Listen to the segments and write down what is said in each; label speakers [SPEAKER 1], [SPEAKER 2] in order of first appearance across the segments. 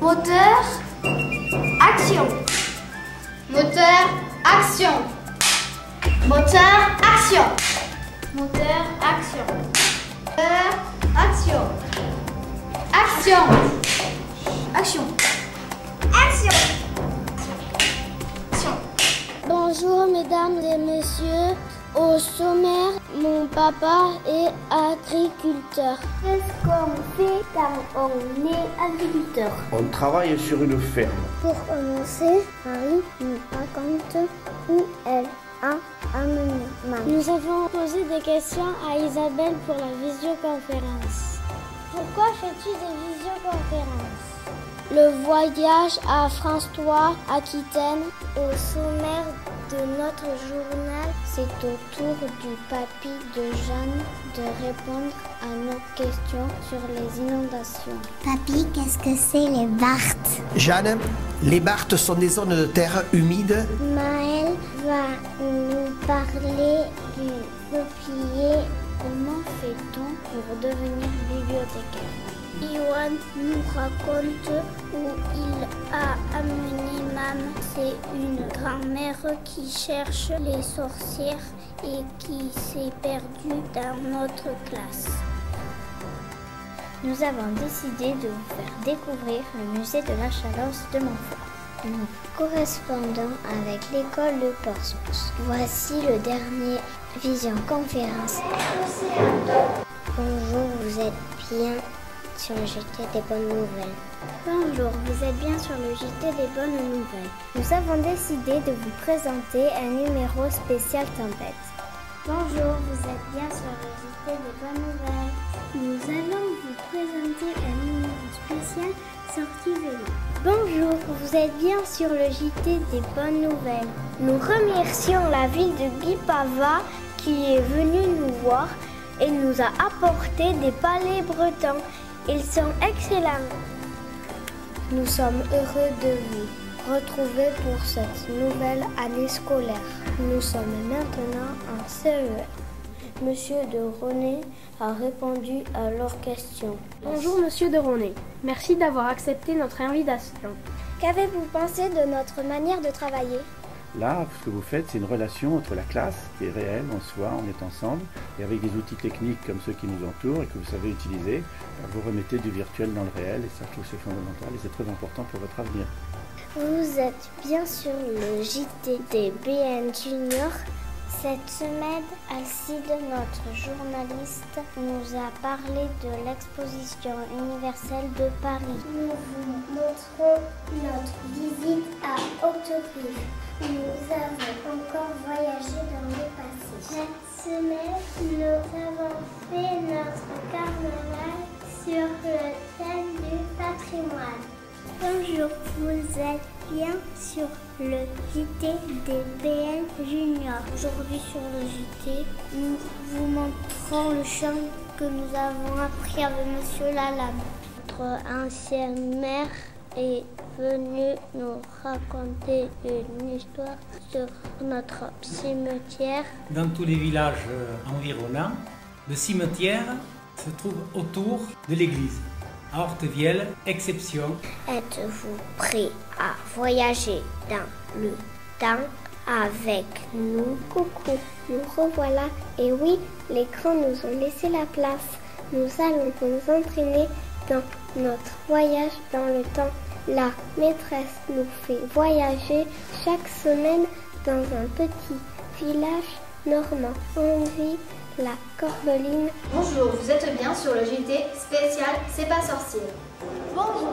[SPEAKER 1] Moteur, action. Moteur, action. Moteur, action. Moteur, action. Moteur, action. Action. Action. Action. Action.
[SPEAKER 2] Bonjour mesdames et messieurs. Au sommaire, mon papa est agriculteur.
[SPEAKER 3] Qu'est-ce qu'on fait quand on est agriculteur
[SPEAKER 4] On travaille sur une ferme.
[SPEAKER 2] Pour commencer, Marie nous raconte où elle a amené Marie. Nous avons posé des questions à Isabelle pour la visioconférence. Pourquoi fais-tu des visioconférences Le voyage à France 3, Aquitaine. Au sommaire de notre journal, c'est au tour du papy de Jeanne de répondre à nos questions sur les inondations.
[SPEAKER 3] Papy, qu'est-ce que c'est les barthes
[SPEAKER 5] Jeanne, les Barthes sont des zones de terre humides.
[SPEAKER 2] Maëlle va nous parler du peuplier. Comment fait-on pour devenir bibliothécaire Iwan nous raconte où il a amené Mam. C'est une grand-mère qui cherche les sorcières et qui s'est perdue dans notre classe. Nous avons décidé de vous faire découvrir le musée de la Chalosse de Montfort. Nous correspondons avec l'école de Portsmouth. Voici le dernier Vision Conférence. Bonjour, vous êtes bien sur le JT des bonnes nouvelles. Bonjour, vous êtes bien sur le JT des bonnes nouvelles. Nous avons décidé de vous présenter un numéro spécial tempête. Bonjour, vous êtes bien sur le JT des bonnes nouvelles. Nous allons vous présenter un numéro spécial sortie vélo. Bonjour, vous êtes bien sur le JT des bonnes nouvelles. Nous remercions la ville de Bipava qui est venue nous voir et nous a apporté des palais bretons. Ils sont excellents. Nous sommes heureux de vous retrouver pour cette nouvelle année scolaire. Nous sommes maintenant en CE. Monsieur de René a répondu à leurs questions.
[SPEAKER 6] Bonjour Monsieur de Ronet, merci d'avoir accepté notre invitation.
[SPEAKER 2] Qu'avez-vous pensé de notre manière de travailler
[SPEAKER 4] Là, ce que vous faites, c'est une relation entre la classe, qui est réelle en soi, on est ensemble, et avec des outils techniques comme ceux qui nous entourent et que vous savez utiliser, vous remettez du virtuel dans le réel, et ça, je trouve que c'est fondamental et c'est très important pour votre avenir.
[SPEAKER 2] Vous êtes bien sur le JTT BN Junior. Cette semaine, Alcide, notre journaliste, nous a parlé de l'exposition universelle de Paris.
[SPEAKER 3] Nous vous montrons notre visite à Octogriff. Nous avons encore voyagé dans le passé. Cette semaine, nous avons fait notre carnaval sur le thème du patrimoine.
[SPEAKER 2] Bonjour, vous êtes bien sur le JT des BN Junior. Aujourd'hui sur le JT, nous vous montrons le chant que nous avons appris avec Monsieur Lalam. Notre ancien maire est venu nous raconter une histoire sur notre cimetière.
[SPEAKER 7] Dans tous les villages euh, environnants, le cimetière se trouve autour de l'église. À Hortevielle, exception,
[SPEAKER 2] Êtes-vous prêt à voyager dans le temps avec nous Coucou, nous revoilà. Et oui, les grands nous ont laissé la place. Nous allons nous entraîner dans notre voyage dans le temps. La maîtresse nous fait voyager chaque semaine dans un petit village normand. On vit la corbeline
[SPEAKER 1] Bonjour, vous êtes bien sur le JT spécial C'est pas sorcier.
[SPEAKER 3] Bonjour,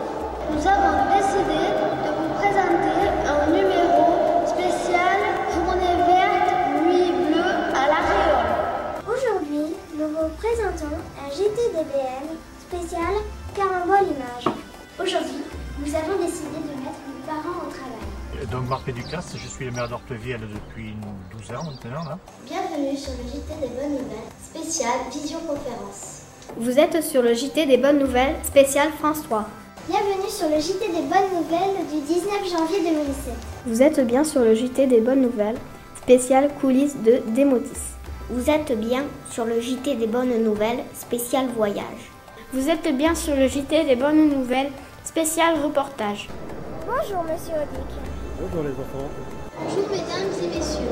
[SPEAKER 3] nous avons décidé de vous présenter un numéro spécial Journée verte, nuit bleue à la Réole. Aujourd'hui, nous vous présentons un JTDBN spécial Carambole Image. Aujourd'hui, nous avons décidé de mettre nos parents au travail.
[SPEAKER 8] Donc Marc Ducasse, je suis le maire d'Ortevielle depuis une 12 ans maintenant. Là.
[SPEAKER 3] Bienvenue sur le JT des Bonnes Nouvelles spécial visioconférence.
[SPEAKER 6] Vous êtes sur le JT des bonnes nouvelles spécial France 3.
[SPEAKER 3] Bienvenue sur le JT des Bonnes Nouvelles du 19 janvier 2017.
[SPEAKER 6] Vous êtes bien sur le JT des bonnes nouvelles spécial coulisses de Démotis.
[SPEAKER 2] Vous êtes bien sur le JT des bonnes nouvelles spécial voyage.
[SPEAKER 6] Vous êtes bien sur le JT des bonnes nouvelles Spécial reportage.
[SPEAKER 2] Bonjour, monsieur Odic.
[SPEAKER 9] Bonjour les enfants.
[SPEAKER 3] Bonjour mesdames et messieurs,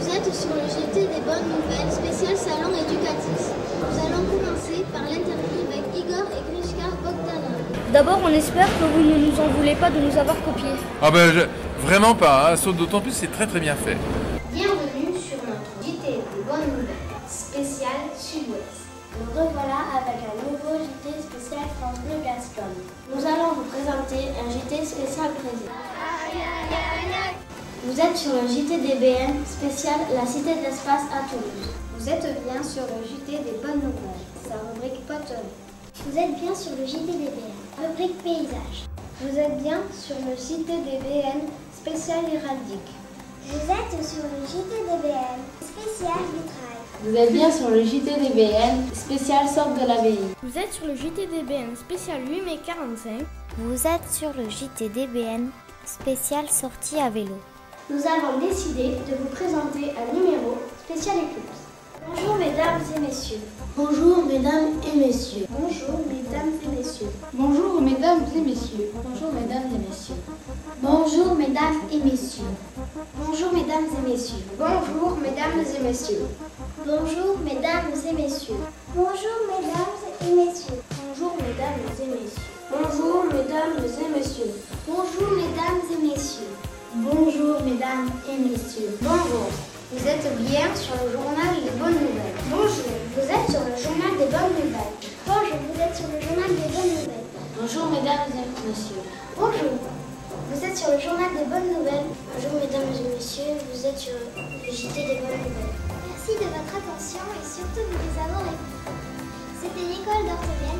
[SPEAKER 3] vous êtes sur le JT des bonnes nouvelles spécial salon éducatif. Nous allons commencer par l'interview avec Igor et Grishka Bogdanov.
[SPEAKER 2] D'abord, on espère que vous ne nous en voulez pas de nous avoir copiés.
[SPEAKER 10] Ah ben je- vraiment pas, hein. sauf d'autant plus c'est très très bien fait.
[SPEAKER 1] Bienvenue sur notre JT des bonnes nouvelles spécial Sud-Ouest.
[SPEAKER 3] Nous revoilà avec un nouveau JT spécial France Bleu Gascogne. Nous allons vous présenter un JT spécial Brésil. Vous êtes sur le JT DBN spécial La Cité d'Espace à Toulouse.
[SPEAKER 1] Vous êtes bien sur le JT des bonnes nouvelles, sa rubrique Poton.
[SPEAKER 3] Vous êtes bien sur le JTDBN, rubrique paysage. Vous êtes bien sur le JTDBN, spécial héraldique. Vous êtes sur le JTDBN, spécial vitrail.
[SPEAKER 11] Vous êtes bien sur le JTDBN, spécial sorte de l'abbaye.
[SPEAKER 2] Vous êtes sur le JTDBN spécial 8 mai 45. Vous êtes sur le JTDBN spécial sortie à vélo.
[SPEAKER 3] Nous avons décidé de vous présenter un numéro spécial éclipse. Bonjour mesdames et messieurs. Bonjour mesdames et messieurs. Bonjour mesdames et messieurs.
[SPEAKER 11] Bonjour mesdames et messieurs. Bonjour mesdames et messieurs.
[SPEAKER 3] Bonjour mesdames et messieurs. Bonjour mesdames et messieurs. Bonjour mesdames et messieurs. Bonjour mesdames et messieurs. Bonjour mesdames et messieurs. Bonjour mesdames et messieurs. Bonjour mesdames et messieurs. Bonjour mesdames et messieurs. Bonjour mesdames et messieurs. Bonjour. Vous êtes bien sur le journal des bonnes nouvelles. Bonjour. Vous êtes sur le journal des bonnes nouvelles. Bonjour. Vous êtes sur le journal des bonnes nouvelles.
[SPEAKER 11] Bonjour mesdames et messieurs.
[SPEAKER 3] Bonjour. Vous êtes sur le journal des bonnes nouvelles. Bonjour mesdames et messieurs, vous êtes sur le JT des bonnes nouvelles. Merci de votre attention et surtout de nous avoir écoutés. C'était l'école d'orthographe.